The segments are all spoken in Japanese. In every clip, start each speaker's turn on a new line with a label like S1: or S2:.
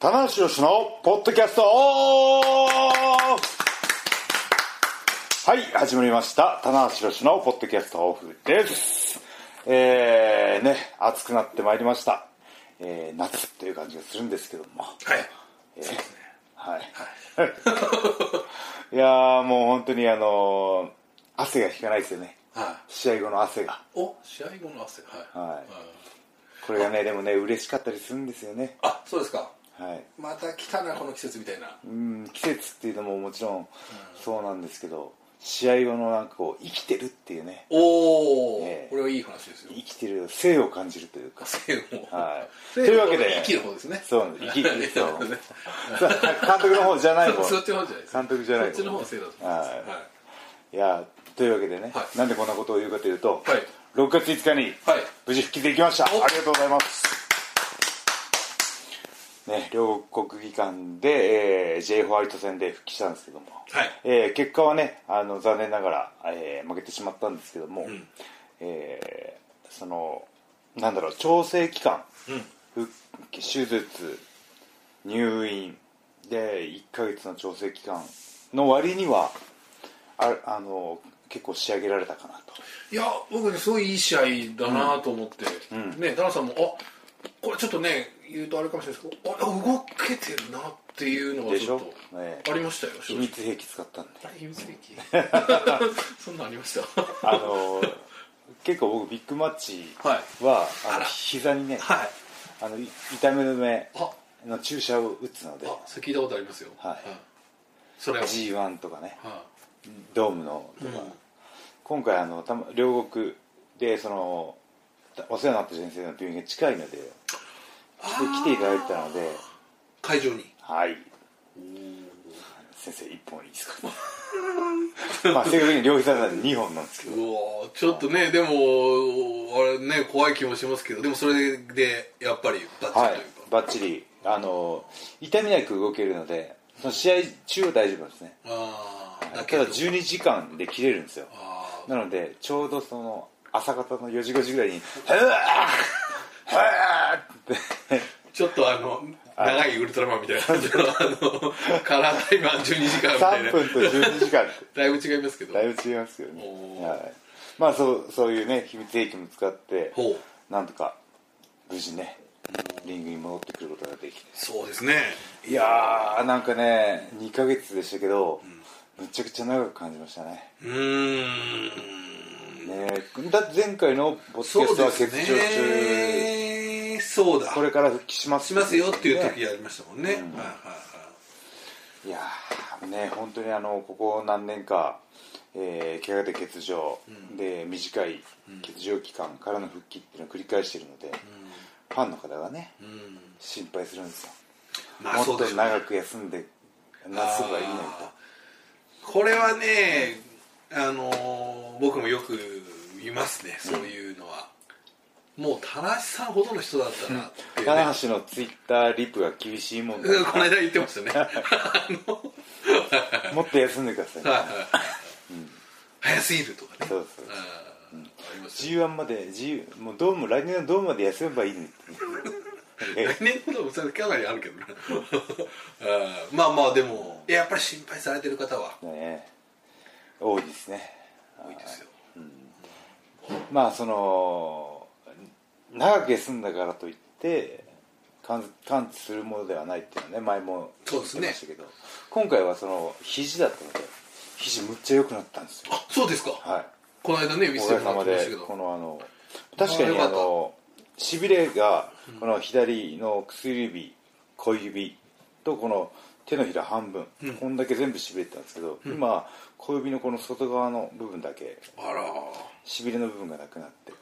S1: 棚橋宏のポッドキャストオフはい始まりました棚橋宏のポッドキャストオフですえー、ね暑くなってまいりました、えー、夏という感じがするんですけども
S2: はい。
S1: はい、い、やーもう本当にあのー汗が引かないですよね
S2: はい。
S1: 試合後の汗が
S2: お、試合後の汗。はい。
S1: はい
S2: うん
S1: これがねでもね嬉しかったりするんですよね
S2: あ、そうですか。
S1: はい
S2: また来たな、この季節みたいな。
S1: うん季節っていうのももちろんそうなんですけど試合後のなんかこう生きてるっていうね
S2: おお、
S1: ええ
S2: これはいい話ですよ。
S1: 生きてる生を感じるというか
S2: 生も。
S1: はい
S2: 生
S1: というわけで
S2: 生きる方ですね。
S1: そうなんです生きてるそう
S2: ね
S1: さ 監督の方じゃない方
S2: そそっちの方じゃないです。
S1: 監督じゃない
S2: そっちの方のせいだと思います。
S1: は
S2: はいい。
S1: いやというわけでね、
S2: はい
S1: なんでこんなことを言うかというと、
S2: はい
S1: 6月5日に
S2: はい
S1: 無事復帰できました、
S2: お
S1: ありがとうございますね、両国技館で、えー J ホワイト戦で復帰したんですけども、
S2: はい
S1: えー結果はねあの残念ながら、えー負けてしまったんですけども、えーそのなんだろう調整期間、復帰手術入院で1ヶ月の調整期間の割にはああの結構仕上げられたかなと
S2: いや、僕ね、すごいいい試合だなと思って。ね、ダナさんも、あ、これちょっとね、言うとあれかもしれないですけど、あ、動けてるなっていうのが
S1: で
S2: ち
S1: し
S2: ょっ
S1: ょ
S2: と。、
S1: ね、
S2: ありましたよ、
S1: 秘
S2: 正直
S1: 密兵器使ったんで
S2: 秘密兵器 そんなんありました
S1: あの結構僕ビッグマッチ
S2: はい
S1: は、あ
S2: あ
S1: の
S2: ら
S1: 膝にね
S2: はい
S1: あのい痛め止め
S2: あ
S1: の注射を打つので
S2: あそれ聞いたことありますよ
S1: はい
S2: それは、
S1: g 1とかね
S2: は
S1: ドームのとか、
S2: うん
S1: 今回あのた、ま、両国でそのお世話になった先生の病院が近いので来て来ていただいたので
S2: い会場に
S1: はい先生一本いいですか まあ正確に両膝なんで2本なんですけ
S2: う
S1: ど
S2: わーちょっとねでもあれね怖い気もしますけどでもそれでやっぱりバッ
S1: は
S2: チ
S1: い
S2: リというか、
S1: バッチリあの痛みなく動けるのでその試合中は大丈夫なんですね
S2: ああだけ
S1: た
S2: ど
S1: だ12時間で切れるんですよ
S2: あ
S1: なのでちょうどその朝方の4時5時ぐらいに「はぁはぁって
S2: ーちょっとあの長いウルトラマンみたい な感じのあのカラータイマー12時間みたい
S1: 3
S2: な
S1: 分と12時間って
S2: だいぶ違いますけど
S1: だいぶ違いますけどね
S2: お、ー
S1: はい、まあそうそういうね秘密兵器も使って
S2: ほう
S1: なんとか無事ねリングに戻ってくることができて
S2: そうですね
S1: いやーなんかね2ヶ月でしたけど、むちゃくちゃ長く感じましたね
S2: うーん
S1: ねだって前回のポッドキャストは欠場中、
S2: ねそうだ
S1: これから復帰します
S2: しますよっていう時
S1: ね
S2: やりましたもんね、はいはい
S1: やーね本当にあのここ何年か、えー、怪我で欠場、で短い欠場期間からの復帰っていうのを繰り返してるので、ファンの方がね、
S2: いはいうん
S1: 心配するんですよ、
S2: まあ
S1: も
S2: そ
S1: っ
S2: うで
S1: と
S2: す
S1: 長く休んでなすばいいのに
S2: これはねあのー僕もよく見ますねそういうのは、もう田中さんほどの人だったなってい
S1: と
S2: うね
S1: 棚橋のツイッターリプが厳しいもんだ
S2: うんこの間言ってました ねあの
S1: もっと休んでください、
S2: はいはいはい早すぎるとかね
S1: そうそう
S2: あーありましたね
S1: G1 まで G もうドーム来年のドームまで休めばいいのにって
S2: 来年ほどそれかなりあるけどな あーまあまあでもいややっぱり心配されてる方は
S1: ね多いですね
S2: 多いですよ
S1: まあその長く休んだからといって完完治するものではないっていうのはね前も言ってましたけど、今回はその肘だったので肘むっちゃ良くなったんですよ
S2: あそうですか、
S1: はい
S2: この間ね見
S1: お
S2: せ
S1: かげ
S2: ても
S1: さ
S2: ら
S1: ま
S2: ってました
S1: で
S2: けど
S1: このあの確か
S2: あーよ
S1: に
S2: か
S1: あ
S2: った
S1: のしびれがこの左の薬指小指とこの手のひら半分、こんだけ全部しびれてたんですけど、今小指のこの外側の部分だけ
S2: あら
S1: しびれの部分がなくなって、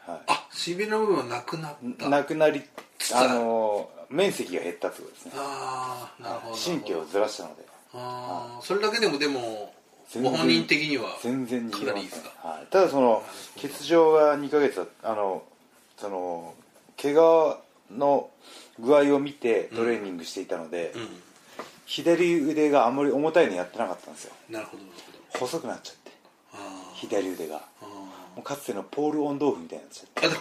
S1: は
S2: あしびれの部分はなくなっ
S1: い、
S2: た
S1: なくなり
S2: つ
S1: あ
S2: ら
S1: の面積が減ったってことですね
S2: ああなるほど
S1: 神経をずらしたので
S2: あーそれだけでもでも
S1: 全然
S2: ご本人的には
S1: 全然逃
S2: か
S1: げ
S2: な
S1: ま
S2: りいい
S1: せ
S2: で
S1: ん
S2: すか
S1: はい、ただその欠場が2ヶ月だあのその怪我の具合を見てトレーニングしていたので、
S2: うん
S1: 左腕があまり重たいのやってなかったんですよ
S2: なるほどなるほど
S1: 細くなっちゃって
S2: あー
S1: 左腕が
S2: あ
S1: もうかつてのポール・オン・ドーフみたいになっちゃって
S2: ーあでも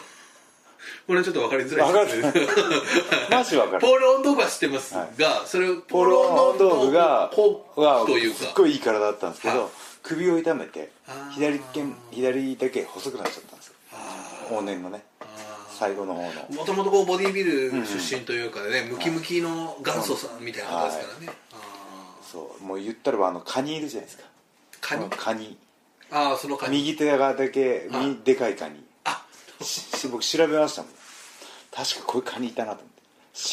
S2: これはちょっと分かりづらいですけど
S1: マジわか
S2: ポ
S1: る
S2: ール・オンドーブは知ってますが、それを
S1: ポロンドーブが
S2: こう
S1: は
S2: という
S1: すっ
S2: か
S1: ごいいい体だったんですけ
S2: はい
S1: ど首を痛めて
S2: あー
S1: 左けん左だけ細くなっちゃったんですよ往年のね最後の方の
S2: もともとこうボディービル出身というかね、ムキムキの元祖さんみたいな方ですからね、あ
S1: そうもう言ったらばあのカニいるじゃないですか
S2: ーカニ
S1: あのカニ
S2: ああそのカニ
S1: 右手側だけ
S2: はい
S1: みでかいカニ
S2: あ
S1: しし僕調べましたもん確かこういうカニいたなと思って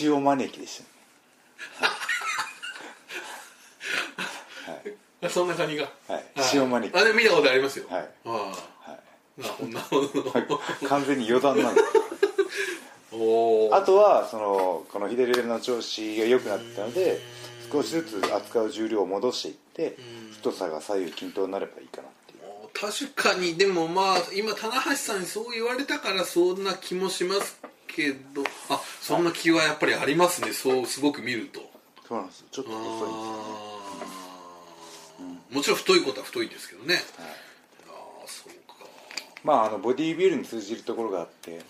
S1: 塩招きでしたね
S2: そんなカニが
S1: はい塩マネキン
S2: あでも見たことありますよ
S1: はい
S2: あ
S1: はい
S2: あなこんなもの
S1: 完全に余談なんです
S2: おー
S1: あとはそのこの左腕の調子が良くなってたので少しずつ扱う重量を戻していって太さが左右均等になればいいかなっていう
S2: 確かにでもまあ今棚橋さんにそう言われたからそんな気もしますけどあそんな気はやっぱりありますねそうすごく見ると
S1: そうなんですよちょっと
S2: あ
S1: 細いんですよ
S2: ーもちろん太いことは太いんですけどね、ああそうか
S1: まああのボディービルに通じるところがあって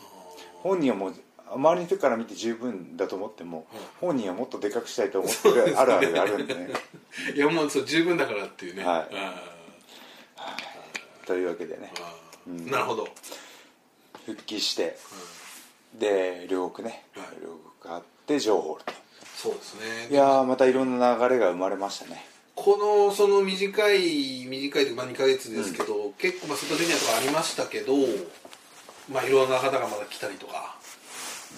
S1: 本人はもう周りの人から見て十分だと思っても本人はもっとでかくしたいと思ってるあるあるがあるんでね
S2: いやもうそう十分だからっていうね、
S1: はい
S2: あ
S1: というわけでね
S2: ーあーなるほど
S1: 復帰してで両国ね
S2: はい
S1: 両国があって情報と
S2: そうですね
S1: いやーまたいろんな流れが生まれましたね
S2: このその短い短いというかまあ2ヶ月ですけど、結構まあ瀬戸ジュニアとかありましたけどまあいろんな方がまだ来たりとか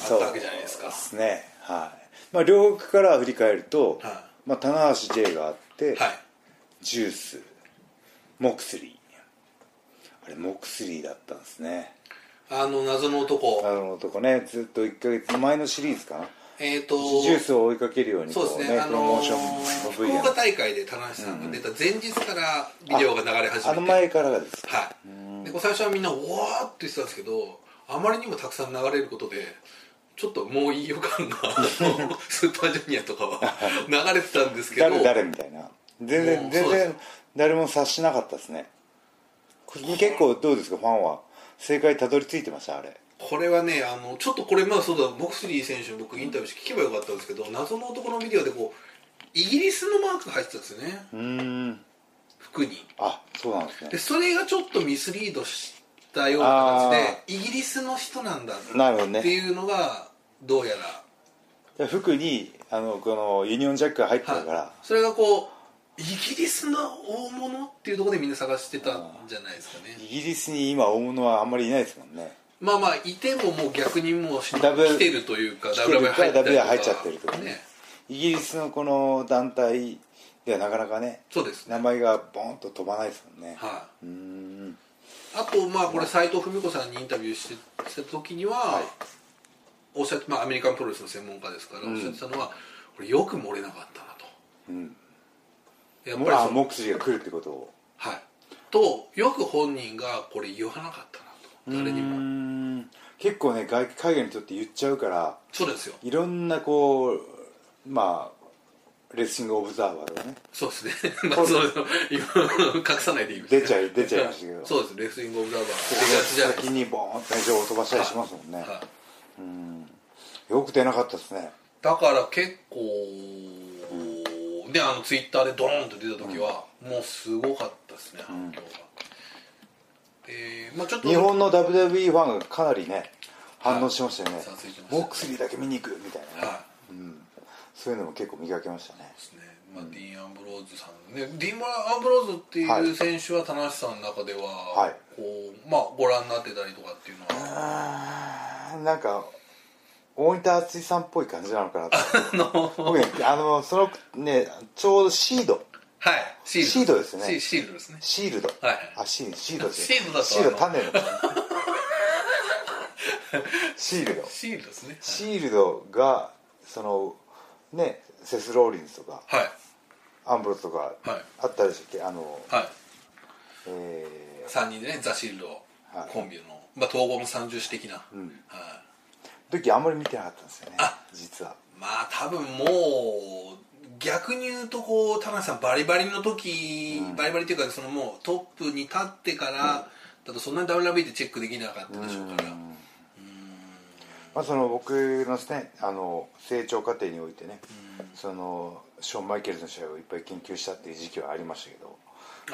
S2: あったわけじゃないですか
S1: そうですねはい、まあ、両国から振り返ると、
S2: はい
S1: まあ、棚橋 J があって、
S2: はい
S1: ジュースモクスリーあれモクスリーだったんですね
S2: あの謎の男
S1: あの男ねずっと1ヶ月前のシリーズかな
S2: えっ、と
S1: ジュースを追いかけるように
S2: そうです
S1: こ
S2: ね
S1: うね
S2: あ
S1: プロモ
S2: の
S1: ーショ
S2: ー
S1: ンの
S2: 福
S1: V
S2: 岡大会で田中さんが出た前日からビデオが流れ始
S1: あ
S2: めて
S1: の前からがです
S2: はい、でこう最初はみんな「おわ!」って言ってたんですけどあまりにもたくさん流れることでちょっともういい予 感がスーパージュニアとかは流れてたんですけど
S1: 誰誰みたいな全
S2: も
S1: 然
S2: う
S1: 全
S2: そうです
S1: 然誰も察しなかったですねこ結構どうですかファンは正解たどり着いてましたあれ
S2: これはねあのちょっとこれまあそうだボクスリー選手に僕インタビューして聞けばよかったんですけど謎の男のビデオでこうイギリスのマークが入ってたんですよね
S1: うーん
S2: 服に
S1: あそうなんですね
S2: でそれがちょっとミスリードしたような感じでイギリスの人なんだ
S1: なるほどね
S2: っていうのがどうやら
S1: 服にあのこのユニオンジャックが入ってたから、
S2: それがこうイギリスの大物っていうところでみんな探してたんじゃないですかね
S1: イギリスに今大物はあんまりいないですもんね
S2: まあまあいてももう逆にもうし
S1: ダブ
S2: 来てるというか
S1: 来てるか
S2: WW
S1: 入っちゃってるとかねイギリスのこの団体ではなかなかね
S2: そうですね
S1: 名前がボーンと飛ばないですもんね、
S2: は
S1: うーん
S2: い、あとまあこれ斎藤文子さんにインタビューしてした時には、
S1: い
S2: おっしゃって、まあ、アメリカンプロレスの専門家ですからおっしゃってたのは、これよく漏れなかったな
S1: うん
S2: とやっぱり
S1: まあ
S2: その
S1: モクスリーが来るってことを
S2: はいとよく本人がこれ言わなかったなと誰に
S1: うー
S2: も
S1: ん結構ね外海外の人って言っちゃうから
S2: そうですよ
S1: いろんなこうまあレッシングオブザーバーがね
S2: そうですね、 まあ、その今隠さないでいいですね
S1: 出ちゃい出ちゃいましたけど
S2: そうですレスリング・オブ・ラバー出がちじゃないです
S1: 先にボーンって情報を飛ばしたりしますもんね、
S2: か
S1: うんよく出なかったですね
S2: だから結構ねあのツイッターでドーンと出た時は、もうすごかったですね反響が、えまあちょっと
S1: 日本の WWE ファンがかなりね反応しましたよね
S2: 賛成してましたね
S1: モックスリーだけ見に行くみたいなね、
S2: はい
S1: うん、そういうのも結構見かけましたね
S2: ですね、まあ、ディーン・アンブローズさんねディーン・アンブローズって
S1: はいいう
S2: 選手は田中さんの中では、
S1: はい
S2: こうまあご覧になってたりとかっていうのは
S1: あーなんか大仁田敦さんっぽい感じなのかなと 僕ねあのそのねちょうどシード
S2: はいシール
S1: シードですね
S2: シシールですね
S1: シールド、
S2: はい
S1: あシールシールド
S2: シールドだと
S1: シールド
S2: あの
S1: 種の シールド
S2: シールですね
S1: シールドがそのねセス・ローリンズとか
S2: はい
S1: アンブロスとか
S2: はい
S1: あったでしたっけあの、
S2: はい
S1: えー
S2: 3人でねザ・シールド
S1: はい
S2: コンビの、まあ、統合の三重視的な、
S1: ん
S2: はい
S1: 時あんまり見てなかったんですよね
S2: あ
S1: 実は
S2: まあ多分もう逆に言うとこう田中さんバリバリの時、バリバリっていうかそのもうトップに立ってから、だとそんなに WB ってチェックできなかったでしょうから、
S1: うんまあ、その僕の,、ね、あの成長過程においてね、そのショーン・マイケルズの試合をいっぱい研究したっていう時期はありましたけど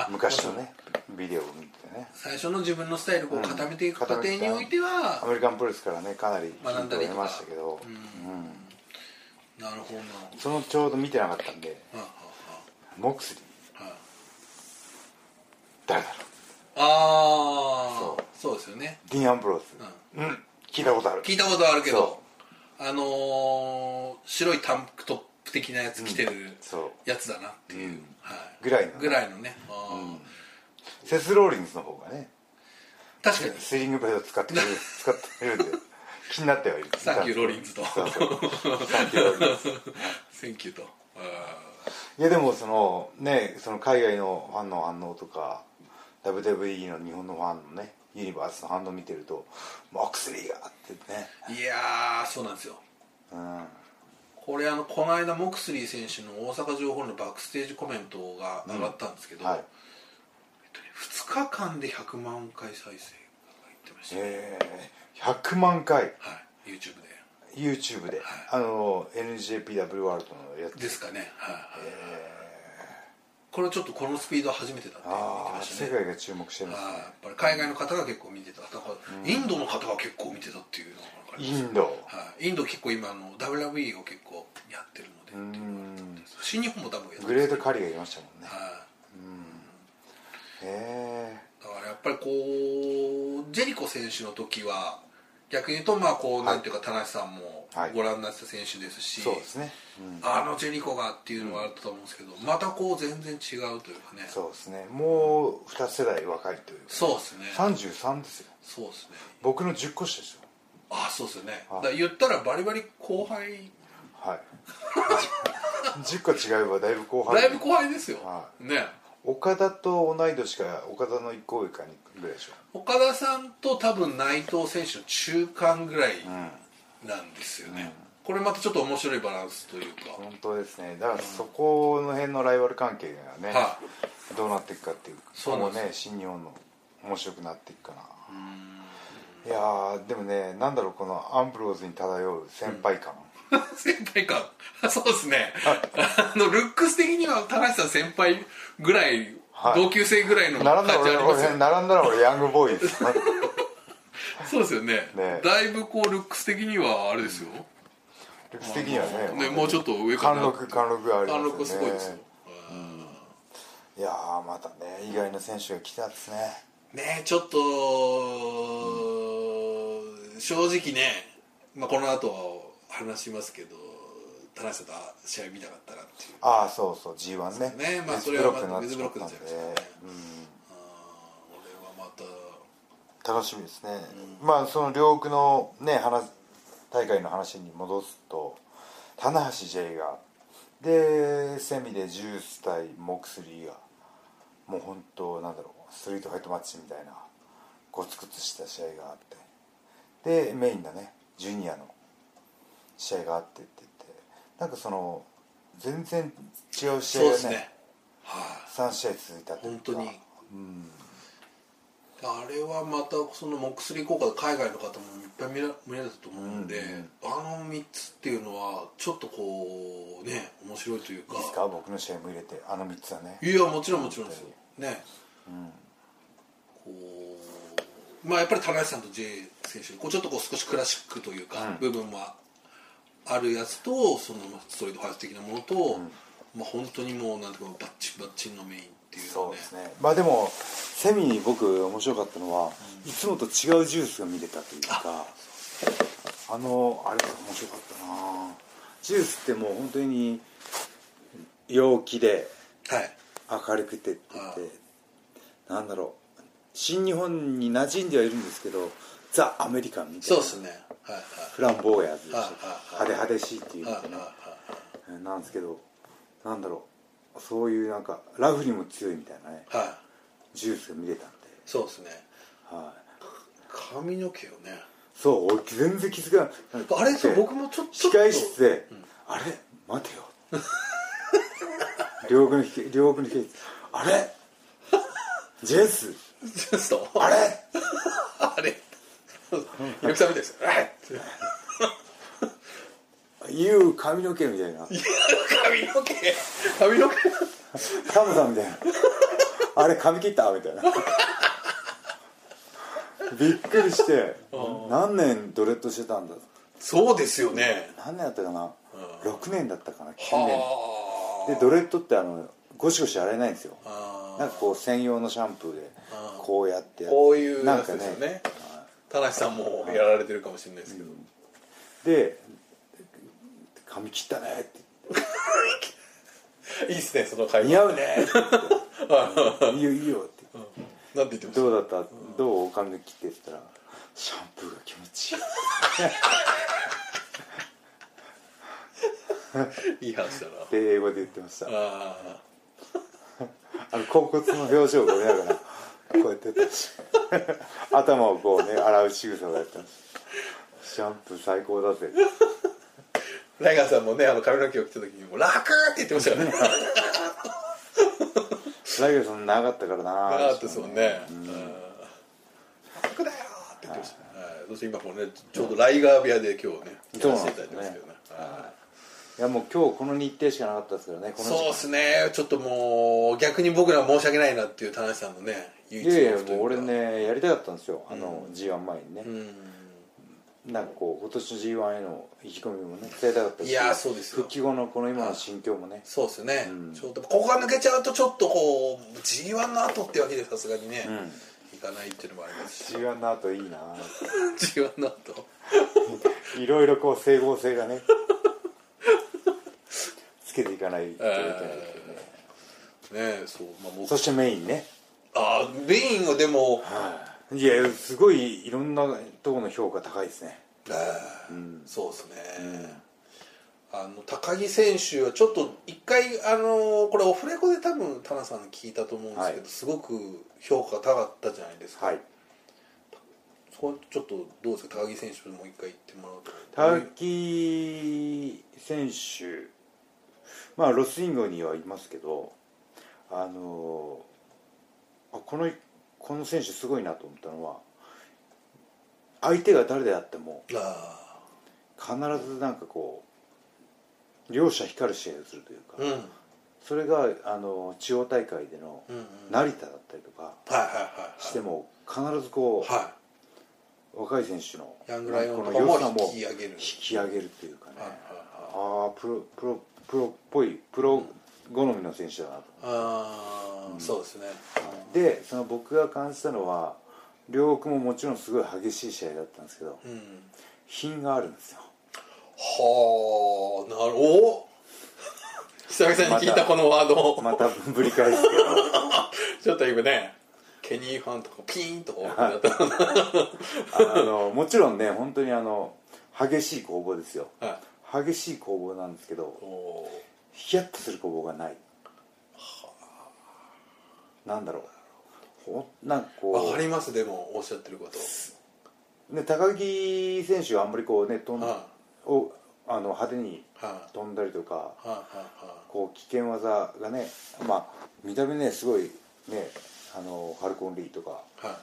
S2: あ
S1: 昔のねビデオを見てね
S2: 最初の自分のスタイルをこう固めていく過程において
S1: ア
S2: は、
S1: メリカンプロレスからねかなりヒントを
S2: 学んだり
S1: 得
S2: とか
S1: ましたけど、うん
S2: なるほどな
S1: そのちょうど見てなかったんで
S2: あ
S1: モクスリー
S2: あああ
S1: 誰だろう
S2: あー
S1: そ
S2: そうですよね
S1: ディーン・アンブローズうん、聞いたことある
S2: 聞いたことはあるけどあのー白いタンクトップ的なやつ着てる
S1: そ
S2: やつだなっていう、はい、
S1: ぐらいの
S2: ぐらいのねあー
S1: うセス・ローリンズの方がね
S2: 確かに
S1: スリングベルを使ってくれる使ってるんで気になってはいる
S2: サンキューローリンズと
S1: そうそうサンキューロ ーリンズ
S2: センキューとあ
S1: いやでもそのねその海外のファンの反応とか WWE の日本のファンのねユニバースの反応見てるとモクスリーがってね
S2: ーいやーそうなんですよこれあのこの間モクスリー選手の大阪城ホールのバックステージコメントが上がったんですけど、
S1: うんはい
S2: 2日間で100万回再生がいってました、ね
S1: えー、100万回
S2: はい、YouTube で
S1: YouTube で、あの NJPW ワールドのやつ
S2: ですかね、はいこれちょっとこのスピード初めてだって見て
S1: あ
S2: ま
S1: あ
S2: した
S1: 世
S2: ね
S1: 界が注目してるんで
S2: はい
S1: す
S2: やっぱり海外の方が結構見てただから、インドの方が結構見てたっていうのが分か
S1: ね
S2: りま
S1: イ
S2: す
S1: ンド
S2: はい、インド結構今あの WWE を結構やってるのでっていうのがあったんです新日本も多分やって
S1: グ
S2: る
S1: レートカリーがいましたもんね
S2: はい
S1: へ
S2: だからやっぱりこうジェリコ選手の時は逆に言うとまあこう、なんていうか田無さんも
S1: はい
S2: ご覧になってた選手です
S1: え
S2: し、
S1: そうですね、うん、
S2: あのジェリコがっていうのはあったと思うんですけど、またこう全然違うというかね
S1: そうですねもう2世代若いというか
S2: そうですね
S1: 33ですよ
S2: そうですね
S1: 僕の10個下ですよ
S2: あそうですよね、
S1: はい
S2: だから言ったらバリバリ後輩
S1: はい 10個違えばだいぶ後輩
S2: だいぶ後輩ですよ、
S1: は
S2: ね
S1: 岡田と同い年か岡田の1個上か2ぐらいでしょ
S2: 岡田さんと多分内藤選手の中間ぐらいなんですよね、これまたちょっと面白いバランスというか、
S1: 本当ですねだからそこの辺のライバル関係がね、
S2: は
S1: どうなっていくかっていう
S2: そうなん
S1: も
S2: です
S1: ね新日本の面白くなっていくかないやーでもねなんだろうこのアンブローズに漂う先輩感、
S2: 先輩感そうですねあのルックス的には高橋さん先輩ぐらい、
S1: はい
S2: 同級生ぐらいの
S1: 並
S2: 感
S1: ん
S2: じ
S1: だ
S2: あ
S1: ら俺
S2: りますよ
S1: 俺並んだら俺ヤングボーイですよ
S2: そうですよね
S1: ね
S2: だいぶこうルックス的にはあれですよ、
S1: ルックス的にはね
S2: ね、もうちょっと上か
S1: 貫
S2: な
S1: 禄貫禄がありますよね
S2: 貫禄すごいですよ
S1: いやーまたね意外な選手が来たんですね
S2: ねちょっと、正直ね、まあ、この後話しますけど田中さんと試合見たかったなっていう
S1: ああそうそう G1 ね
S2: ねまあ
S1: 別
S2: そ
S1: ブ
S2: れ
S1: ロ
S2: は
S1: ックに
S2: ま
S1: な
S2: あ
S1: って
S2: 別
S1: し
S2: ブ
S1: ま
S2: ロ
S1: っ
S2: ックに
S1: た
S2: なんっ
S1: で
S2: ちゃいましたね、あー俺はまた
S1: 楽しみですね、まあその両国のね話大会の話に戻すと棚橋 J がでセミでジュース対モクスリーがもう本当なんだろうストリートファイトマッチみたいなゴツゴツした試合があってでメインのねジュニアの試合があってって言ってなんかその全然違う試
S2: そ
S1: 合
S2: うで
S1: が
S2: すね
S1: ね三3試合続いたっていう
S2: 本
S1: か
S2: 当に、あれはまたそのモックスリー効果で海外の方もいっぱい見ら見られたと思うんで、あの3つっていうのはちょっとこうね面白いというか
S1: いいですか僕の試合も入れてあの3つはね
S2: いやもちろんもちろんですよね、こうまあやっぱり田中さんと J 選手こうちょっとこう少しクラシックというか、部分はあるやつとそのストリートファイト的なものと、まあ本当にもうなんていうかバッチバッチのメインっていうの
S1: そ
S2: は
S1: う
S2: ね
S1: ですねまあでもセミに僕面白かったのは、いつもと違うジュースが見れたというかあのあれが面白かったなジュースってもう本当に陽気で
S2: はい
S1: 明るくてって言ってなんだろう新日本に馴染んではいるんですけどザ・アメリカンみた
S2: そ
S1: いう
S2: で
S1: な
S2: すねはいはい
S1: フランボーヤーズでしょ
S2: はい
S1: 派手派手しいっていう
S2: はい
S1: の
S2: は
S1: か
S2: い
S1: ね
S2: は
S1: なんですけどなんだろうそういうなんかラフにも強いみたいなね
S2: いはい
S1: ジュースが見れたんで
S2: そうですね
S1: はい
S2: 髪の毛をね
S1: そう俺全然気づかない
S2: あれそう
S1: で
S2: 僕もちょっと
S1: 控え室で、あれ待てよ両国の控え両国の控え室あれジェス
S2: ちょっと
S1: あれ
S2: あれ、ゆきさんみたいですよ。
S1: いう髪の毛みたいな
S2: 髪の毛髪の毛
S1: タムさんみたいなあれ髪切ったみたいなびっくりして何年ドレッドしてたんだ
S2: そうですよね
S1: 何年だったかな6年だったかな9年
S2: は
S1: でドレッドってあのゴシゴシ洗えないんですよ
S2: あ
S1: なんかこう専用のシャンプーで
S2: あー
S1: こうやってやって
S2: こういう
S1: な
S2: や
S1: ん
S2: つ
S1: か
S2: ですよ
S1: ね
S2: ね田無さんもやられてるかもしれないですけど、
S1: で髪切ったねって
S2: いいっすねその会
S1: 似
S2: 話
S1: 合うね っていいよいいよって
S2: なんて言ってました
S1: どうだったどう髪の毛切ってって言ったらシャンプーが気持 ちいい
S2: いい話だな
S1: って英語で言ってました
S2: あ
S1: あの甲骨の表情を見ながらこうやってやってました 頭をこうね洗う仕草をやってましたシャンプー最高だぜ
S2: ーライガーさんもねあの髪の毛を切った時にもう「楽!」って言ってましたからね
S1: ライブそんななかったからな
S2: ああですもんね
S1: う
S2: うん楽だよーって言ってましたはいそして今こうねちょうどライガー部屋で今日ねやらせていただいてますけどねはい
S1: いやもう今日この日程しかなかったですけどねこの時
S2: そうですねちょっともう逆に僕ら申し訳ないなっていう田無さんのね唯
S1: いやいや
S2: の不と
S1: もう俺
S2: か
S1: ねやりたかったんですよあの G1 前にね
S2: う、ん
S1: なんかこう今年の G1 への意気込みもね伝えたかったし
S2: いやそうですよ
S1: 復帰後のこの今の心境もね
S2: そうですね、
S1: うん
S2: ちょっとここが抜けちゃうとちょっとこう g 1の後ってわけでさすがにね、
S1: うん
S2: いかないっていうのもありますし
S1: G1 の後いいな
S2: g 1の後
S1: いろいろこう整合性がね つけていかないといけないですよね
S2: ねそうまあもう
S1: そしてメインね
S2: あーメインはでも
S1: はいいやすごいいろんなとこの評価高いですね
S2: あー
S1: ん
S2: そうですね、あの高木選手はちょっと一回あのーこれオフレコで多分田中さんに聞いたと思うんですけど、
S1: はい
S2: すごく評価高かったじゃないですか、
S1: はい
S2: そこはちょっとどうですか高木選手もう一回言ってもらうと
S1: 高木選手、まあ、ロスインゴにはいますけど、あのあこのこの選手、すごいなと思ったのは、相手が誰であっても、
S2: あ
S1: 必ずなんかこう、両者光る試合をするというか、
S2: あうんうん
S1: それがあの地方大会での
S2: うんはい
S1: 成田だったりとか
S2: はいはい
S1: しても、必ずこう、
S2: は
S1: 若い選手の
S2: いヤングライオンと
S1: こ
S2: か
S1: の
S2: も
S1: 良さも
S2: 引き上げる
S1: 引き上げるというかね。
S2: はいはいはい
S1: ああプロプロプロっぽいプロ好みの選手だなと、
S2: ああ、そうですね
S1: でその僕が感じたのは両国ももちろんすごい激しい試合だったんですけど
S2: うん
S1: 品があるんですよ
S2: はあなるほど久々に聞いたこのワード、
S1: またぶり返すけ
S2: ちょっと今ねケニーファンとかピーンとか多くなった
S1: どあのもちろんね本当にあの激しい攻防ですよ
S2: はい
S1: 激しい攻防なんですけど
S2: おー
S1: ヒヤッとする攻防がないなんだろうほなんか
S2: わ
S1: こ
S2: かりますでもおっしゃってること
S1: う、ね、高木選手はあんまりこうね飛ん
S2: は
S1: をあの派手に
S2: いはい
S1: 飛んだりとか
S2: はいは
S1: こう危険技がね、まあ、見た目ねすごいねあのファルコン・リーとか
S2: いはいはい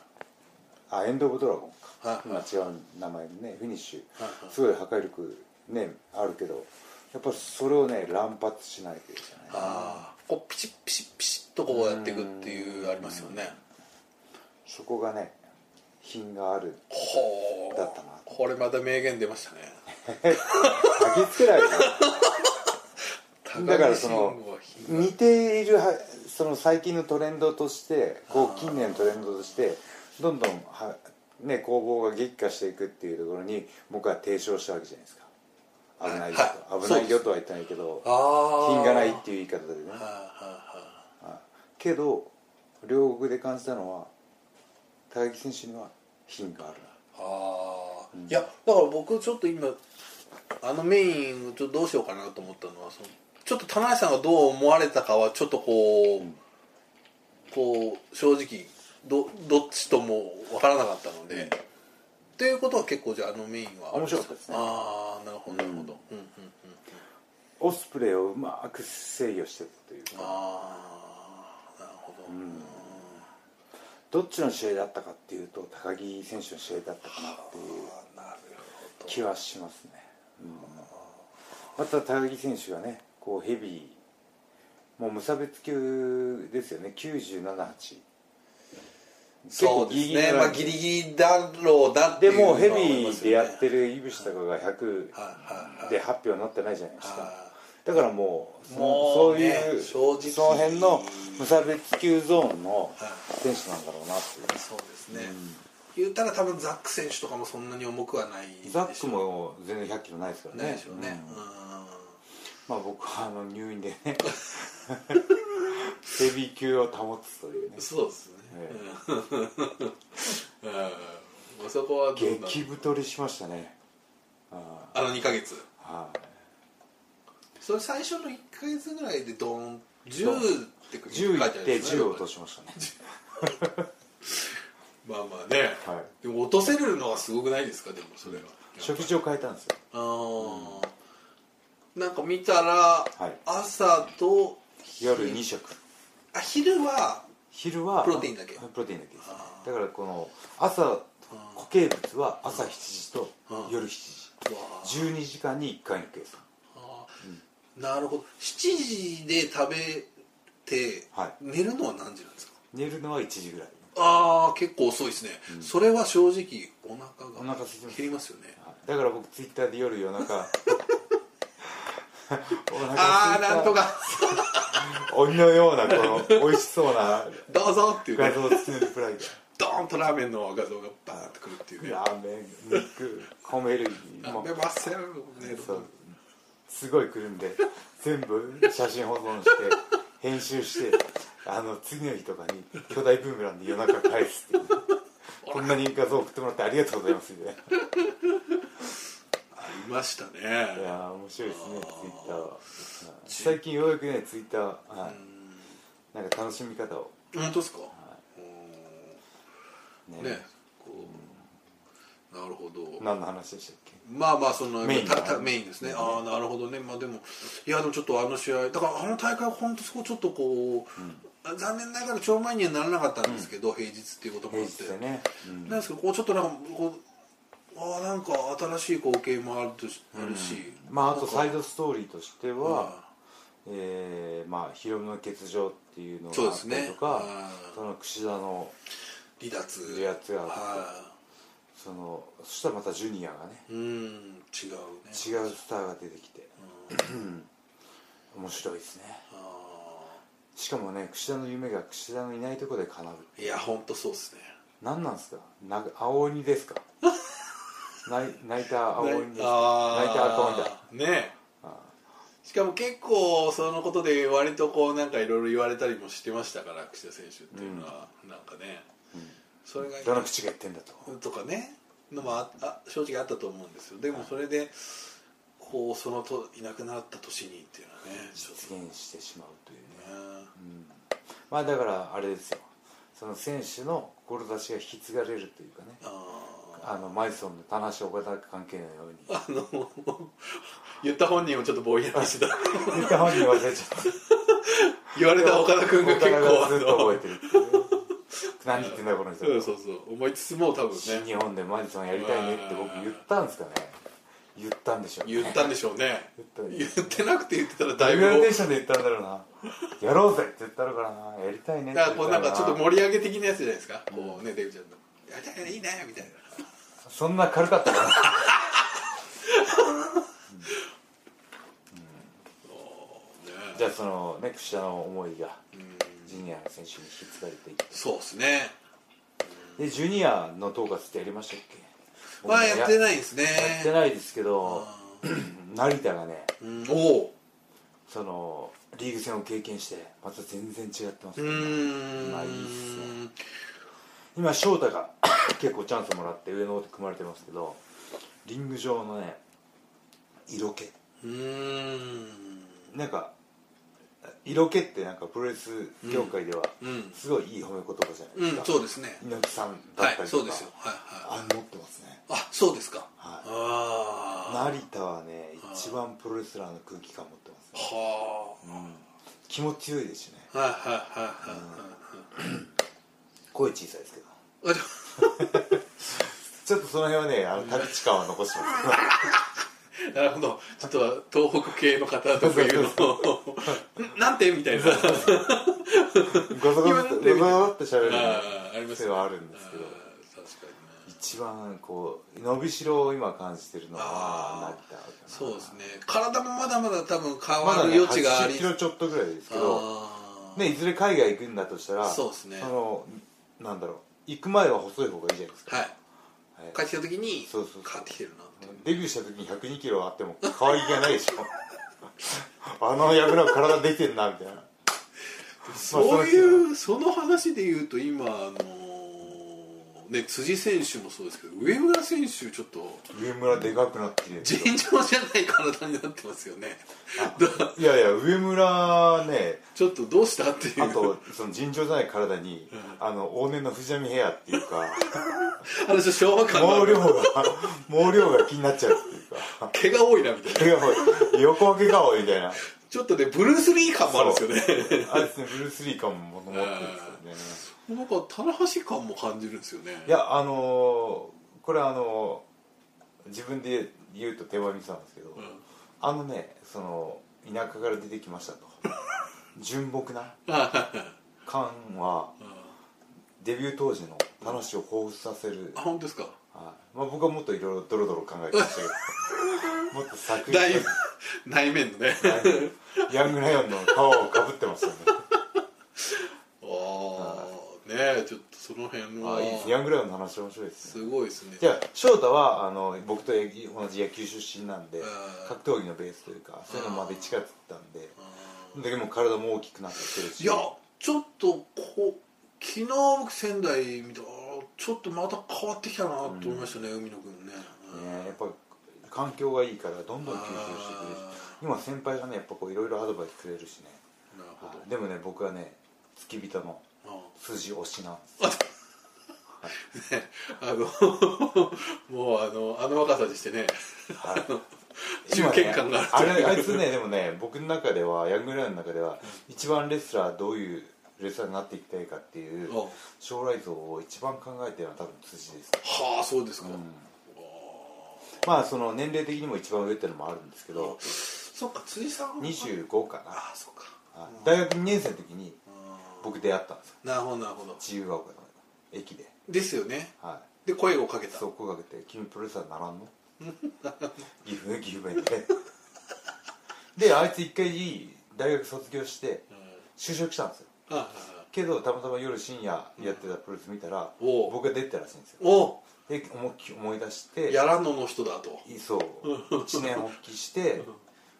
S1: あエンド・オブ・ドラゴンか、
S2: はい
S1: 今違う名前のねフィニッシュ、
S2: はいはい
S1: すごい破壊力ねあるけどやっぱそれをね乱発しないといけない
S2: ああこうピシッピシッピシッとこうやっていくっていうありますよね
S1: そこがね品がある
S2: ほー
S1: だったな
S2: これまた名言出ましたね
S1: 嗅ぎつけられるだからその
S2: 高木慎吾は
S1: 似ているはその最近のトレンドとしてこう近年のトレンドとしてどんどんは、ね、攻防が激化していくっていうところに僕は提唱したわけじゃないですか危ないよと、
S2: はい
S1: 危ないよとは言ってないけど
S2: ああ
S1: 品がないっていう言い方でね
S2: はいは
S1: けど両国で感じたのは高木選手には品がある
S2: いはいああ、いやだから僕ちょっと今あのメインをちょっとどうしようかなと思ったのはそのちょっと田中さんがどう思われたかはちょっとこう、こう正直どどっちとも分からなかったので、っていうことは結構じゃああのメインは
S1: 面白かったですね
S2: ああなるほどなるほど、うんうんうん、
S1: オスプレイをうまく制御してたというか
S2: ああなるほど、
S1: どっちの試合だったかっていうと高木選手の試合だったかなっていう
S2: あなるほど
S1: 気はしますねまた高木選手がねこうヘビーもう無差別級ですよね978
S2: そうですねまあギリギリだろうだってい
S1: で
S2: うのは
S1: もヘビ
S2: 思いま
S1: ー
S2: す
S1: で
S2: よ
S1: や
S2: ね
S1: ってる井口孝が100
S2: はいはい
S1: で発表になってないじゃないですか
S2: は
S1: だからもうそ
S2: も
S1: そうう
S2: ね
S1: いう
S2: 正直
S1: その辺の無差別級ゾーンの選手なんだろうなっていう
S2: いそうですね、言ったら多分ザック選手とかもそんなに重くはないでしょ
S1: ザックも全然100キロないですからね
S2: ないでしょうね、
S1: う
S2: うんん
S1: まあ僕はあの入院でね ヘビー級を保つというね
S2: そうですね、
S1: え
S2: うん うんまあそこはどうなの
S1: 激太りしましたねあ
S2: あの2ヶ月
S1: あはい
S2: それ最初の1ヶ月ぐらいでドーン10って書いて
S1: 10い
S2: あ
S1: っ
S2: るん
S1: て
S2: ですね
S1: 10を落としましたね
S2: まあまあね、
S1: はい
S2: でも落とせるのはすごくないですかでもそれは
S1: 食事を変えたんですよ
S2: あー、なんか見たら、
S1: い
S2: 朝と
S1: 夜2食
S2: あ昼は
S1: 昼は
S2: プロテインだけ
S1: プロテインだけですね
S2: あ
S1: だからこの朝固形物は朝7時と
S2: うん
S1: 夜7
S2: うわー
S1: 時12時間に1回の計算
S2: あーなるほど7時で食べて、
S1: はい
S2: 寝るのは何時なんですか
S1: 寝るのは1時ぐらい
S2: ああ結構遅いですね、それは正直お腹が
S1: お腹空いてます
S2: 減りますよね
S1: はいだから僕ツイッターで夜夜 中お腹
S2: ああ
S1: 空いた
S2: なんとか
S1: 鬼のようなこの美味しそうな
S2: どうぞっていう
S1: 画
S2: ね
S1: 像を作るプライド
S2: ドーンとラーメンの画像がバーンってくるっていうね
S1: ラーメン肉米類も
S2: 食べ
S1: う
S2: ませんね
S1: そうすごいくるんで全部写真保存して編集してあの次の日とかに巨大ブーメランで夜中返すっていうこんなに画像送ってもらってありがとうございますみたいな
S2: ありましたね
S1: いやー面白いですねツイッターは最近ようやくねツイッターははいなんか楽しみ方を
S2: 本当ですか、
S1: ね
S2: うんねこうなるほど
S1: 何の話でしたっけ
S2: まあまあその
S1: メイン
S2: たたメインですね、ああなるほどねまあでもいやでもちょっとあの試合だからあの大会本当そこちょっとこう、残念ながら超満員にはならなかったんですけど、平日っていうことも
S1: 平
S2: あっ
S1: 日
S2: て、
S1: でね、うん
S2: なんですけどこうちょっとなんかこうああなんか新しい光景もあるとしあるし、
S1: まああとサイドストーリーとして
S2: うん
S1: は、えーまあヒロムの欠場っていうのが
S2: そう
S1: あ
S2: で
S1: っ
S2: す
S1: た
S2: ね
S1: りとか
S2: うん
S1: その櫛田の
S2: 離脱
S1: 離脱があって
S2: は
S1: そのそしたらまたジュニアがね
S2: いうん違うね
S1: 違うスターが出てきて、面白いですね
S2: あ
S1: しかもね櫛田の夢が櫛田のいないところで叶う
S2: ーいや本当そうですね
S1: 何なんですかな青鬼です か泣い泣いた青鬼ですか
S2: あー
S1: 泣いた赤鬼だ
S2: ねしかも結構そのことで割とこうなんかいろいろ言われたりもしてましたから櫛田選手っていうのは、なんかね、それが
S1: どの口が言ってんだと
S2: とかねのもああ正直あったと思うんですよでもそれでこうそのといなくなった年にっていうのはねちょっ
S1: 実現してしまうというね
S2: とね
S1: まあだからあれですよその選手の志が引き継がれるというかね
S2: あ
S1: あのマイソンの田中岡田関係のように
S2: ーあの 言った本人もちょっとぼんや りしてた
S1: 言った本人忘れちゃっ
S2: 言われた
S1: た
S2: 岡田君が結構
S1: 岡
S2: あ
S1: 田ずっと
S2: の
S1: 覚えてるっていうね何言ってんだこの人
S2: そうそうそう思いつつも多分
S1: 新
S2: ね
S1: 日本でマイソンやりたいねって僕言ったんですかね言ったんでしょうね
S2: 言ったんでしょうね
S1: 言った
S2: 言ってなくて言ってたらだ
S1: イ
S2: い
S1: ブ
S2: ぶ
S1: ラテーションで言ったんだろうなやろうぜって言ったのかなやりたいねって
S2: だ
S1: 言っ
S2: からこう
S1: た
S2: な
S1: の
S2: んかちょっと
S1: かな
S2: 盛り上げ的なやつじゃないですか、こうねデブちゃんの「やりたいねいいね」みたいな
S1: そんな軽かったかな
S2: ね
S1: じゃあそのね櫛田の思いがジュニアの選手に引き継がれていって
S2: そうですね
S1: でジュニアの統括ってやりましたっけ
S2: まあやって
S1: い
S2: ないですね
S1: やってないですけど成田がね
S2: うんおう
S1: そのリーグ戦を経験してまた全然違ってます、
S2: うーん
S1: まあいいっす今翔太が 結構チャンスもらって上の方で組まれてますけどリング上のね色気
S2: うーん
S1: なんか色気ってなんかプロレス業界では
S2: うん
S1: すごいいい褒め言葉じゃ
S2: う
S1: ないです
S2: ん
S1: か、
S2: そうですね
S1: 猪木さんだ
S2: は
S1: った
S2: い
S1: りとか、
S2: そうですよはいはい
S1: あ持ってますね
S2: あそうですか
S1: はい
S2: ああ
S1: 成田はね一番プロレスラーの空気感持ってます、ね、
S2: は
S1: 気持ちよいですしね
S2: あはいはいはいはい
S1: 声小さいですけど
S2: あでも
S1: ちょっとその辺はねあのタッチ感は残してます
S2: なるほどちょっと東北系の方とかいう のなんてみたいな
S1: ごそごそってごそごそってしゃべる
S2: あーあります
S1: 癖
S2: よ
S1: はあるんですけど
S2: あー確かにね
S1: 一番こう伸びしろを今感じてるのは
S2: あ
S1: 成田かな
S2: そうですね体もまだまだ多分変
S1: ま
S2: わ
S1: だ
S2: る
S1: ね
S2: 余地があ
S1: 80
S2: り
S1: キロちょっとぐらいですけど、
S2: あー
S1: ね、いずれ海外行くんだとしたら
S2: そうですね
S1: そのなんだろう行く前は細い方がいいじゃないですか、
S2: はい
S1: はい
S2: 帰ってきた時に
S1: そうそうそう
S2: 変わってきてるなっていう
S1: デビューした時に102キロあっても可愛げがないでしょ あのやぶら体出てんなみたいな
S2: そういうその話で言うと今あのーね辻選手もそうですけど上村選手ちょっと
S1: 上村でかくなってきてるけど
S2: 尋常じゃない体になってますよねだ
S1: いやいや上村ね
S2: ちょっとどうしたってい
S1: あ
S2: う
S1: とその尋常じゃない体に、あの往年の藤波ヘアっていうか
S2: 話は昭和感 のあ
S1: 毛
S2: る
S1: 量が毛量が気になっちゃうっていうか
S2: 毛が多いなみたいな
S1: 手が多い横分け顔みたいな
S2: ちょっとねブルース・リー感もあるんですよね
S1: あれですねブルース・リー感も持ってるんですよね
S2: なんか棚橋感も感じるんですよね
S1: いやあのーこれあのー自分で言うと手前味噌なんですけど、
S2: うん
S1: あのねその田舎から出てきましたと純朴 な感はデビュー当時の楽しを彷彿させる、
S2: あ本当ですか
S1: はいまあ、僕はもっといろいろドロドロ考えてました けどもっと作
S2: 内内面のね
S1: ヤングライオンの皮をかぶってましたね
S2: ああねえちょっとその辺
S1: あ
S2: は
S1: あいいですねヤングライオンの話面白いですね
S2: すごいですね
S1: じゃあ翔太はあの僕と野球同じ野球出身なんで
S2: ん
S1: 格闘技のベースというかそういうのまで一からつったんででも体も大きくなってきてるし
S2: いやちょっとこ昨日僕仙台見たあーちょっとまた変わってきたなと思いましたね、海野君ね
S1: ねやっぱ環境がいいからどんどん吸収してくれるし
S2: あ
S1: 今先輩がねやっぱこういろいろアドバイスくれるしね
S2: ーなるほど
S1: はいでもね僕はね付き人の筋推しなんです
S2: あーあの もうあのあの若さにしてね
S1: はい
S2: 中堅感がある
S1: 今ねあれあいつねでもね僕の中ではヤングライオンの中では一番レスラーどういうレスラーになっていきたいかっていう
S2: あ
S1: 将来像を一番考えてるのは多分辻です
S2: はあそうですか、
S1: まあその年齢的にも一番上ってのもあるんですけど
S2: そっか辻さんは
S1: 25かな
S2: ああそっか
S1: はい大学2年生の時に
S2: あ
S1: 僕出会ったんですよ
S2: ーなるほどなるほど
S1: 自由が丘の駅で
S2: ですよね
S1: は
S2: で声をかけ
S1: い
S2: た
S1: そう声かけて「君プロレスラーならん の? 」岐阜岐阜弁でであいつ一回大学卒業して
S2: うん
S1: 就職したんですよ
S2: ああ
S1: けどたまたま夜深夜やってたプロレス見たら、
S2: うんおう
S1: 僕が出てたらしいんですよ
S2: お
S1: で思いっきり思い出して
S2: やらんのの人だと
S1: いそう一年発起して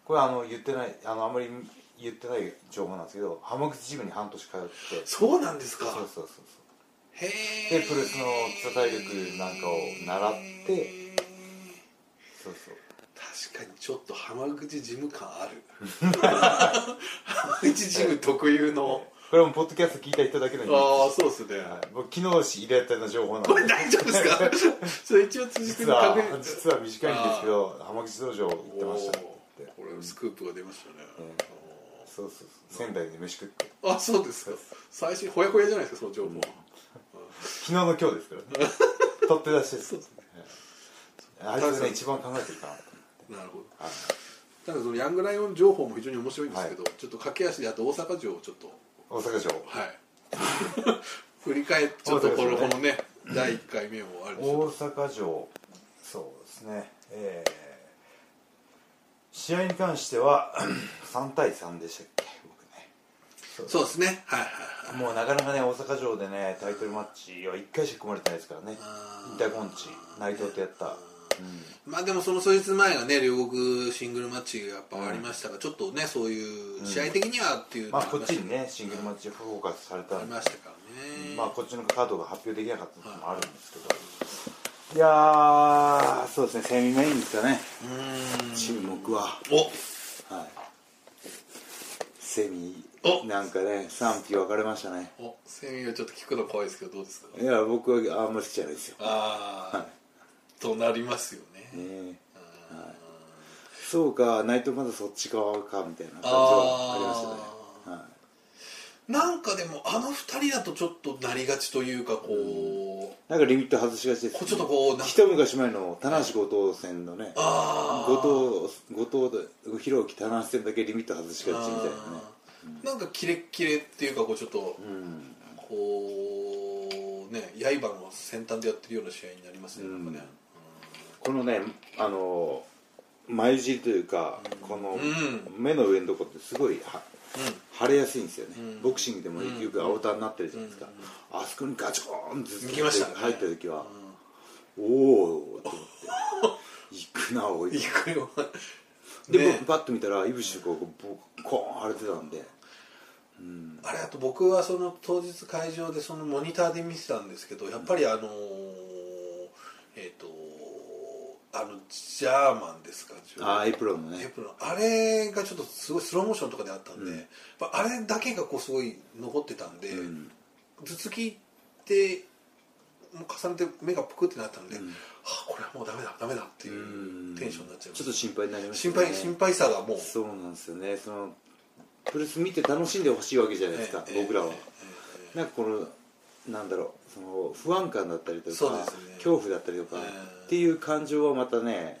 S1: これあの言ってないあのあんまり言ってない情報なんですけど浜口ジムに半年通ってそ
S2: そうなんですか
S1: うそうそうそう
S2: へえ
S1: でプロレスの基礎体力なんかを習ってそうそう
S2: 確かにちょっと浜口ジム感あ る浜口ジム特有の
S1: これもポッドキャスト聞いた人だけの
S2: あ
S1: ニ
S2: あ
S1: ュー
S2: ーそうですね、
S1: スはい僕昨日知り合ったような情報なん
S2: これ
S1: で
S2: 大丈夫ですか それ一応辻君
S1: 実
S2: に
S1: は
S2: 確認
S1: 実は短いんですけど浜口道場行ってましたって
S2: おーこれスクープが出ましたね、
S1: そうそうそう仙台で飯食って
S2: あそうですか最新ほやほやじゃないですかその情報、
S1: 昨日の今日ですからね取って出しですはいあいつがね一番考えてるかなと
S2: なるほど
S1: はい
S2: ただそのヤングライオン情報も非常に面白いんですけど、ちょっと駆け足であと大阪城をちょっと
S1: 大阪城
S2: はい 振り返ってちょっとこ
S1: そ
S2: の
S1: うです
S2: こ
S1: ね
S2: のね第1回目をあれです
S1: 大阪城そうですねえー試合に関しては 3対3でしたっけ僕ね
S2: そうですねはいはい
S1: もうなかなかね大阪城でねタイトルマッチは1回しか組まれてないですからね
S2: あー
S1: インターコンチ内藤とやった、
S2: まあでもその数日前がね両国シングルマッチがやっぱありましたが、ちょっとねそういう試合的にはっていう
S1: うん
S2: の
S1: ま
S2: は
S1: あこっちにねシングルマッチフォーカスされた
S2: あり
S1: んで
S2: ましたからね
S1: まあこっちのカードが発表できなかったのもあるんですけど、い、やーそうですねセミメインですかね注目は
S2: お
S1: はいセミ
S2: お
S1: なんかね賛否分かれましたね
S2: おセミはちょっと聞くの怖いですけどどうですか
S1: いや僕はあんまり好きじゃないですよ、
S2: ああ、となりますよね、
S1: ねはい、そうかナイトまだそっち側かみたいな感じはありましたねはい
S2: なんかでもあの二人だとちょっとなりがちというかこ
S1: なんかリミット外しがちで
S2: う、こう
S1: す
S2: ちょっとこうなんか
S1: 一昔前の田無後藤戦のね
S2: あー
S1: 後藤後藤で弘樹田無戦だけリミット外しがちみたいなね
S2: あーなんかキレッキレっていうかこうちょっと
S1: うん
S2: こうね刃の先端でやってるような試合になりますね、
S1: うん
S2: なんかね
S1: このねあの前尻というかこの
S2: う
S1: 目の上のとこってすごいは腫れやすいんですよね、
S2: うん
S1: ボクシングでも
S2: うん
S1: よく青タンになってるじゃないですか、あそこにガチコーンってずっと
S2: 行きましたね
S1: 入った時は
S2: う、ん、
S1: おおーって思って行くなおい
S2: いくよ
S1: で、
S2: ね
S1: 僕パッと見たらいぶしこうこうボコーン腫れてたんで
S2: あれあと僕はその当日会場でそのモニターで見てたんですけどやっぱりあのーえっ、とあのジャーマンですか
S1: あーエプロンの
S2: エ
S1: ね
S2: プロンあれがちょっとすごいスローモーションとかであったんで、
S1: うん
S2: やっぱあれだけがこうすごい残ってたんで、
S1: うん
S2: 頭突きってもう重ねて目がぷくってなったので、
S1: うん
S2: はあこれはもうダメだダメだっていううんテンションになっちゃいま
S1: ち
S2: し
S1: ょっと
S2: た
S1: 心配になりました
S2: 心配心配さがもう
S1: そうなんですよねそのプロレス見て楽しんでほしいわけじゃないですか、
S2: ええ
S1: 僕らは、
S2: えええ
S1: なんかこのなんだろうその不安感だったりとか、
S2: そうですね
S1: 恐怖だったりとか、
S2: ええ
S1: っていう感情はまたね
S2: え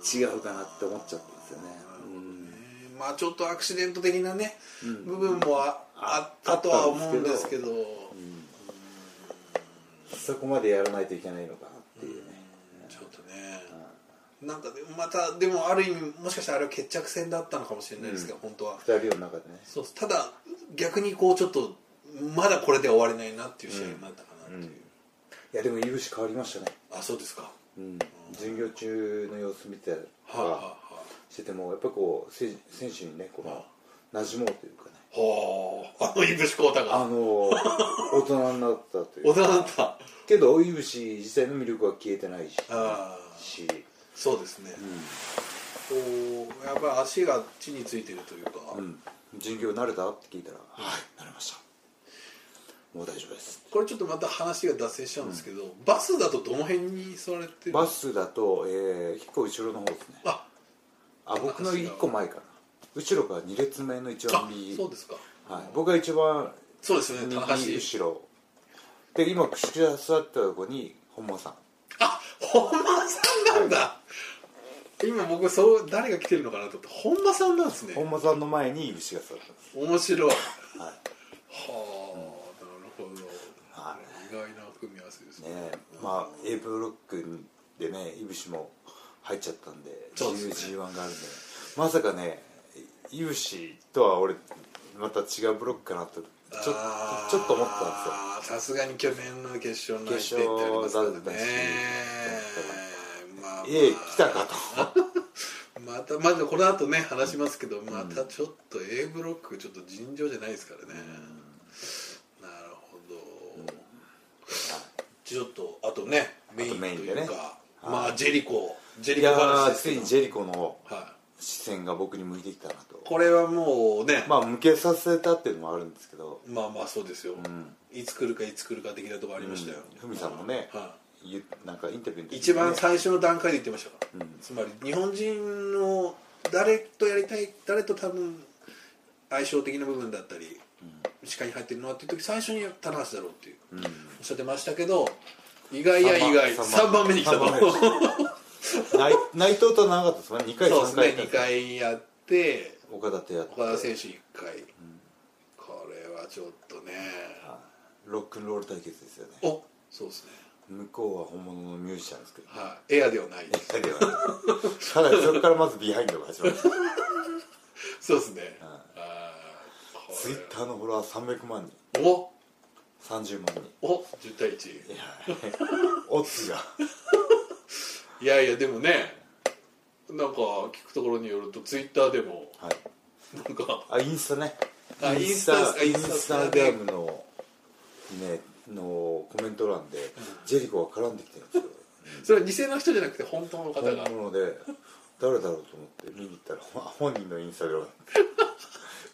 S2: うーん
S1: 違うかなって思っちゃったんですよねうん
S2: えーまあちょっとアクシデント的なね、
S1: うん
S2: 部分もああ
S1: あ
S2: ったとは思うんですけど
S1: うんそこまでやらないといけないのかなっていうね、
S2: ちょっとね、なんかでもまたでもある意味もしかしたらあれは決着戦だったのかもしれないですけど、本当は
S1: 二人の中でね
S2: そうただ逆にこうちょっとまだこれで終われないなっていう試合になったかなっていう、
S1: いやでもいぶし変わりましたね、
S2: あそうですかは
S1: うん、巡業中の様子見てたりと
S2: あ、はあは
S1: かしててもやっぱこうせ選手にねこの馴染もうというかね
S2: あ、はあ、あのいぶしこうた
S1: あ
S2: が
S1: の大人になったとい
S2: 大
S1: う
S2: 人だったあ
S1: けどいぶし自体の魅力は消えてないし
S2: あ
S1: し、
S2: そうですね、こうやっぱり足が地についてるというか、
S1: うん、巡業慣れたって聞いたら「はい慣れましたもう大丈夫です
S2: これちょっとまた話が脱線しちゃうんですけど、バスだとどの辺に座られて」る
S1: バスだと、えー、1個後ろの方ですね
S2: あ
S1: あ僕の1個前かな後ろから2列目の一番
S2: あ
S1: 右
S2: そうですか
S1: はい、僕が一番
S2: そうですよね
S1: 右
S2: 高橋
S1: 後ろで今口が座ってたとこに本間さん
S2: あ本間さんなんだ今僕そう誰が来てるのかなと思って本間さんなんですね
S1: 本間さんの前にいぶしが座ってます
S2: 面白い
S1: は
S2: は
S1: い
S2: あ、なるほど
S1: あれ
S2: 意外な組み合わせですね
S1: ねえまあ A ブロックでねいぶしも入っちゃったんで
S2: そうですね
S1: GU G1 があるんでまさかねいぶしとは俺また違うブロックかなとちょ
S2: あー
S1: ちょっと思ってたんで
S2: さすがに去年の決勝の
S1: 決勝
S2: ってありますからね
S1: だったし
S2: まあ、まあ、
S1: すよ A 来たかと
S2: またまずこの後ね話しますけど、またちょっと A ブロックちょっと尋常じゃないですからね、なるほど、ちょっとあとねメインと
S1: メイン
S2: い
S1: でね
S2: うか、まあジェリコジェ
S1: い
S2: リコ
S1: や
S2: 話
S1: ー
S2: です
S1: つ
S2: け
S1: い
S2: ど
S1: にジェリコの
S2: は
S1: 視線が僕に向いてきたなと
S2: い、これはもうね、ま
S1: まあ向けさせたっていうのもあるんですけど
S2: あまあそうですよ、
S1: ん
S2: いつ来るかいつ来るか的なとこありましたよ、
S1: ふみさんもね
S2: は
S1: ゆなんかインタビューの時
S2: い、
S1: に
S2: 一番
S1: ね
S2: 最初の段階で言ってましたか
S1: う
S2: ら、
S1: ん
S2: つまり日本人の誰とやりたい誰と多分相性的な部分だったり視界に入ってるのはっていう時最初に棚橋だろうっていう、
S1: うん
S2: おっしゃってましたけど意外や意外3番目に来たと
S1: 三番 目に来た内内藤と長かったですね2回
S2: そう
S1: 3回
S2: ですね2回やって
S1: 岡田とやって
S2: 岡田選手1回、これはちょっとね
S1: ロックンロール対決ですよね
S2: おそうですね
S1: 向こうは本物のミュージシャンですけど
S2: はいエアではない
S1: だけどねただそれからまずビハインドが始まって
S2: そうですねあー
S1: ツイッターのフォロワー300万人
S2: これお
S1: 30万
S2: お10対1
S1: 人いやオッズが
S2: いやいやでもねなんか聞くところによるとツイッターでも
S1: はい
S2: なんか
S1: あインスタね
S2: あ
S1: インスタ
S2: イ
S1: イ
S2: ン
S1: ン
S2: スタ
S1: スタグラムのねのコメント欄でジェリコが絡んできてるんですよ
S2: それは偽の人じゃなくて本当の方
S1: 本
S2: が
S1: 物で誰だろうと思って見に行ったらほ本人のインスタグラム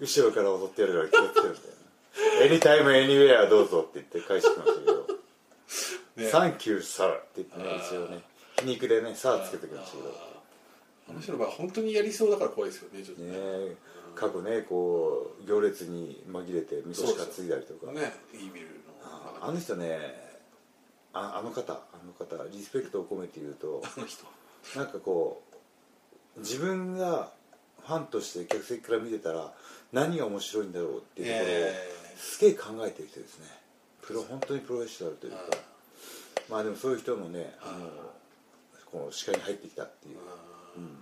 S1: 後ろから踊ってやるから気をつけるみたいな「エニタイムエニウェアどうぞ」って言って返してきましたけど「
S2: ね
S1: サンキューサー」って言ってね一応ね皮肉でね「サー」つけてきましたけど
S2: あの人の場合本当にやりそうだから怖いですよねちょっとね
S1: ねえ各ねこう行列に紛れて味噌汁担いだりとか、
S2: ねいいビル
S1: あ
S2: の
S1: あの人ねああの方あの方リスペクトを込めて言うと
S2: あの人
S1: なんかこう自分がファンとして客席から見てたら何が面白いんだろうっていうところを、
S2: え
S1: すげえ考えてる人ですねプロ本当にプロフェッショナルという
S2: え
S1: かまあでもそういう人もねあのこの視界に入ってきたっていう、うん、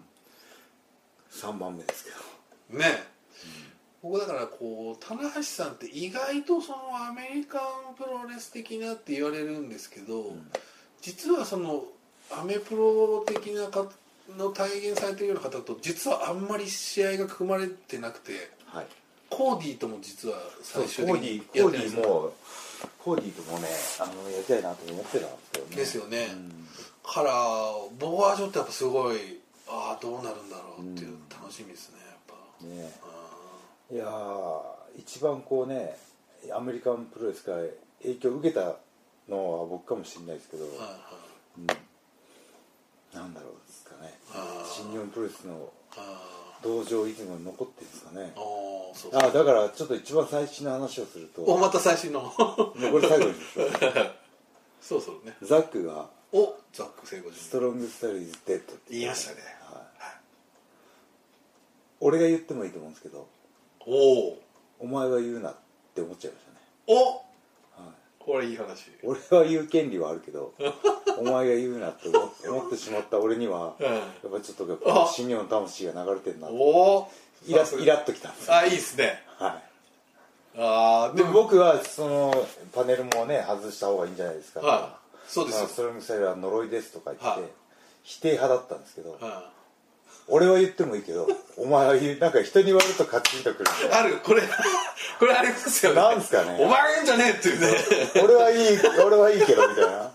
S1: 3番目ですけど
S2: ね僕だからこう棚橋さんって意外とそのアメリカンプロレス的なって言われるんですけど、
S1: ん
S2: 実はそのアメプロ的なかの体現されてるような方と実はあんまり試合が組まれてなくて
S1: はい
S2: コーディーとも実は
S1: そう
S2: 最
S1: コ
S2: 終
S1: ー
S2: 的
S1: デ
S2: に
S1: ィ
S2: や
S1: コーデ
S2: ってない
S1: ィ
S2: ですよ
S1: もコーディともねあのやりたいなと思ってたんですよね
S2: ですよね
S1: うん
S2: から僕はちょっとやっぱすごいああどうなるんだろうっていう
S1: うん
S2: 楽しみですねやっぱ
S1: ね
S2: あ
S1: いやー一番こうねアメリカンプロレスから影響を受けたのは僕かもしれないですけど、
S2: ーはいはい
S1: うん、なんだろうですかね
S2: あー
S1: 新日本プロレスの
S2: あ
S1: 道場イズムが残ってるんですかね
S2: ーおーそうそう
S1: あーだからちょっと一番最新の話をすると
S2: お
S1: も
S2: また最新の
S1: う これ最後にしましょ
S2: そうそうね
S1: う ザックが
S2: おザック聖子
S1: 「ス
S2: 人
S1: トロングスタイルイズデッド」って
S2: 言いましたね
S1: はい俺が言ってもいいと思うんですけど
S2: おお
S1: お前は言うなって思っちゃいましたね
S2: お
S1: はい
S2: これいい話
S1: 俺は言う権利はあるけ どお前が言うなって思思ってしまった俺には
S2: うん
S1: やっぱちょっとやっぱ新日本の魂が流れてるなって
S2: おお
S1: イライラっときたんですよ
S2: あいいですね
S1: は
S2: ああ
S1: いでも僕はそのパネルもね外した方がいいんじゃないですかとか
S2: はいそうで
S1: まあス
S2: す
S1: トロングスタイルは呪いですとか言っ
S2: はい
S1: て否定派だったんですけど
S2: よはい
S1: 俺は言ってもいいけど お前は言うなんか人に言われるとカチンとくるんで
S2: あるこれ これありますよね
S1: なんすかね
S2: お前が言うんじゃねえってい うね
S1: 俺はいい俺はいいけどみたいな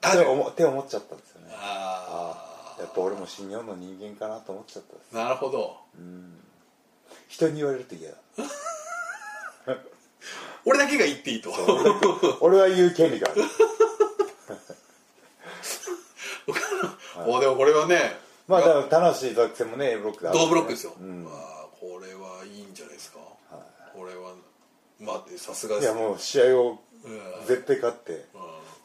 S2: あ
S1: って
S2: る
S1: 思って思っちゃったんですよね
S2: あ
S1: やっぱ俺も新日本の人間かなと思っちゃったんです
S2: あなるほど
S1: 人に言われると嫌だ
S2: 俺だけが言っていいと
S1: 俺は言う権利がある
S2: おでもこれはね
S1: まあだから田無ザック戦もね A ブロックだ、ね、
S2: 同ブロックですよ、
S1: うん
S2: まあこれはいいんじゃないですか、これはまあさすが
S1: い
S2: で
S1: や
S2: すね
S1: もう試合を
S2: うんうん
S1: 絶対勝って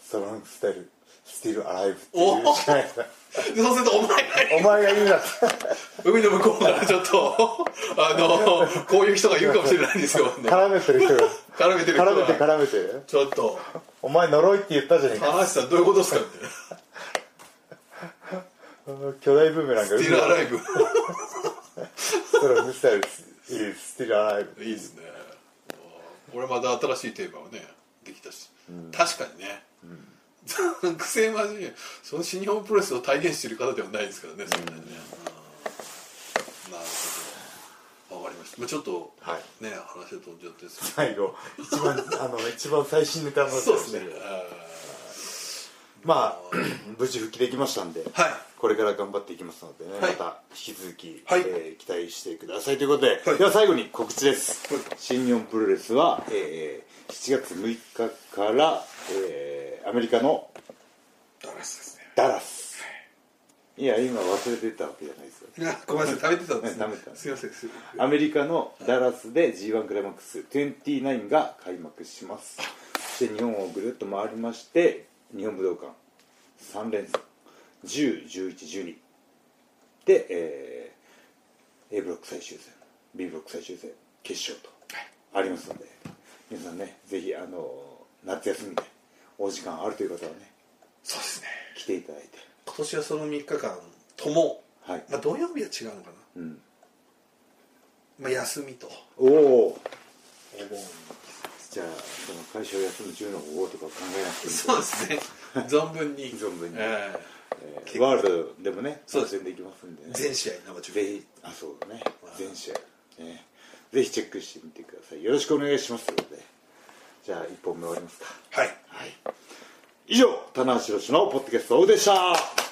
S1: ストロングスタイルスティールアライブってい
S2: お
S1: うしかないな
S2: でそうするとお前が
S1: お前が言うなって
S2: 海の向こうからちょっとあのこういう人が言うかもしれな いですよ ね
S1: 絡めてる 人が
S2: 絡めてる人
S1: 絡めて
S2: が
S1: 絡めて
S2: ちょっと
S1: お前呪いって言ったじゃねえ
S2: 田
S1: か
S2: 橋さんどういうことですかみたいな
S1: 巨大ブーメランが
S2: スティールアライブ
S1: ストロングスタイルスティールアライブ
S2: いいですねこれまた新しいテーマをねできたし、確かにね、 うん、苦戦はねその新日本プロレスを体現している方ではないですからねそんなにね、うんなるほどわかりました、まあ、ちょっと、
S1: はい
S2: ね話が飛んじゃってす
S1: 最後一番あの一番最新ネタの話
S2: そう
S1: を
S2: で
S1: し
S2: す
S1: て
S2: ね
S1: るまあ 無事復帰できましたんで
S2: はい
S1: これから頑張っていきますのでね、
S2: はい
S1: また引き続き、
S2: はい
S1: えー期待してくださいということで、
S2: はい
S1: では最後に告知です、
S2: はい
S1: 新日本プロレスは、えー7月6日から、えーアメリカの
S2: ダメですね
S1: ダラスいや今忘れてたわけじゃないですよ
S2: いやごめんなさ い食べてたんです、ね、
S1: 食べてた
S2: すいませんすいません
S1: アメリカのダラスで G1 クライマックス29が開幕しますそして日本をぐるっと回りまして日本武道館3連戦101112で、えー A ブロック最終戦 B ブロック最終戦決勝とありますので皆さんねぜひあの夏休みでお時間あるという方はね
S2: そうですね
S1: 来ていただいて
S2: 今年はその3日間とも、
S1: はい、
S2: まあ、土曜日は違うのかな、
S1: うん、
S2: まあ、休みと
S1: おお
S2: お盆
S1: じゃあその会社を休む10の方法とか考えなくていい
S2: そうですね存分に
S1: 存分に
S2: え
S1: えーワールドでもね
S2: そう
S1: 参戦
S2: です
S1: できますんで
S2: え
S1: ね
S2: 全試合生中継
S1: ぜひあそうだね全試合、ね、ぜひチェックしてみてくださいよろしくお願いしますということでじゃあ1本目終わりますか
S2: はい
S1: はい以上棚橋宏のポッドキャストオフでした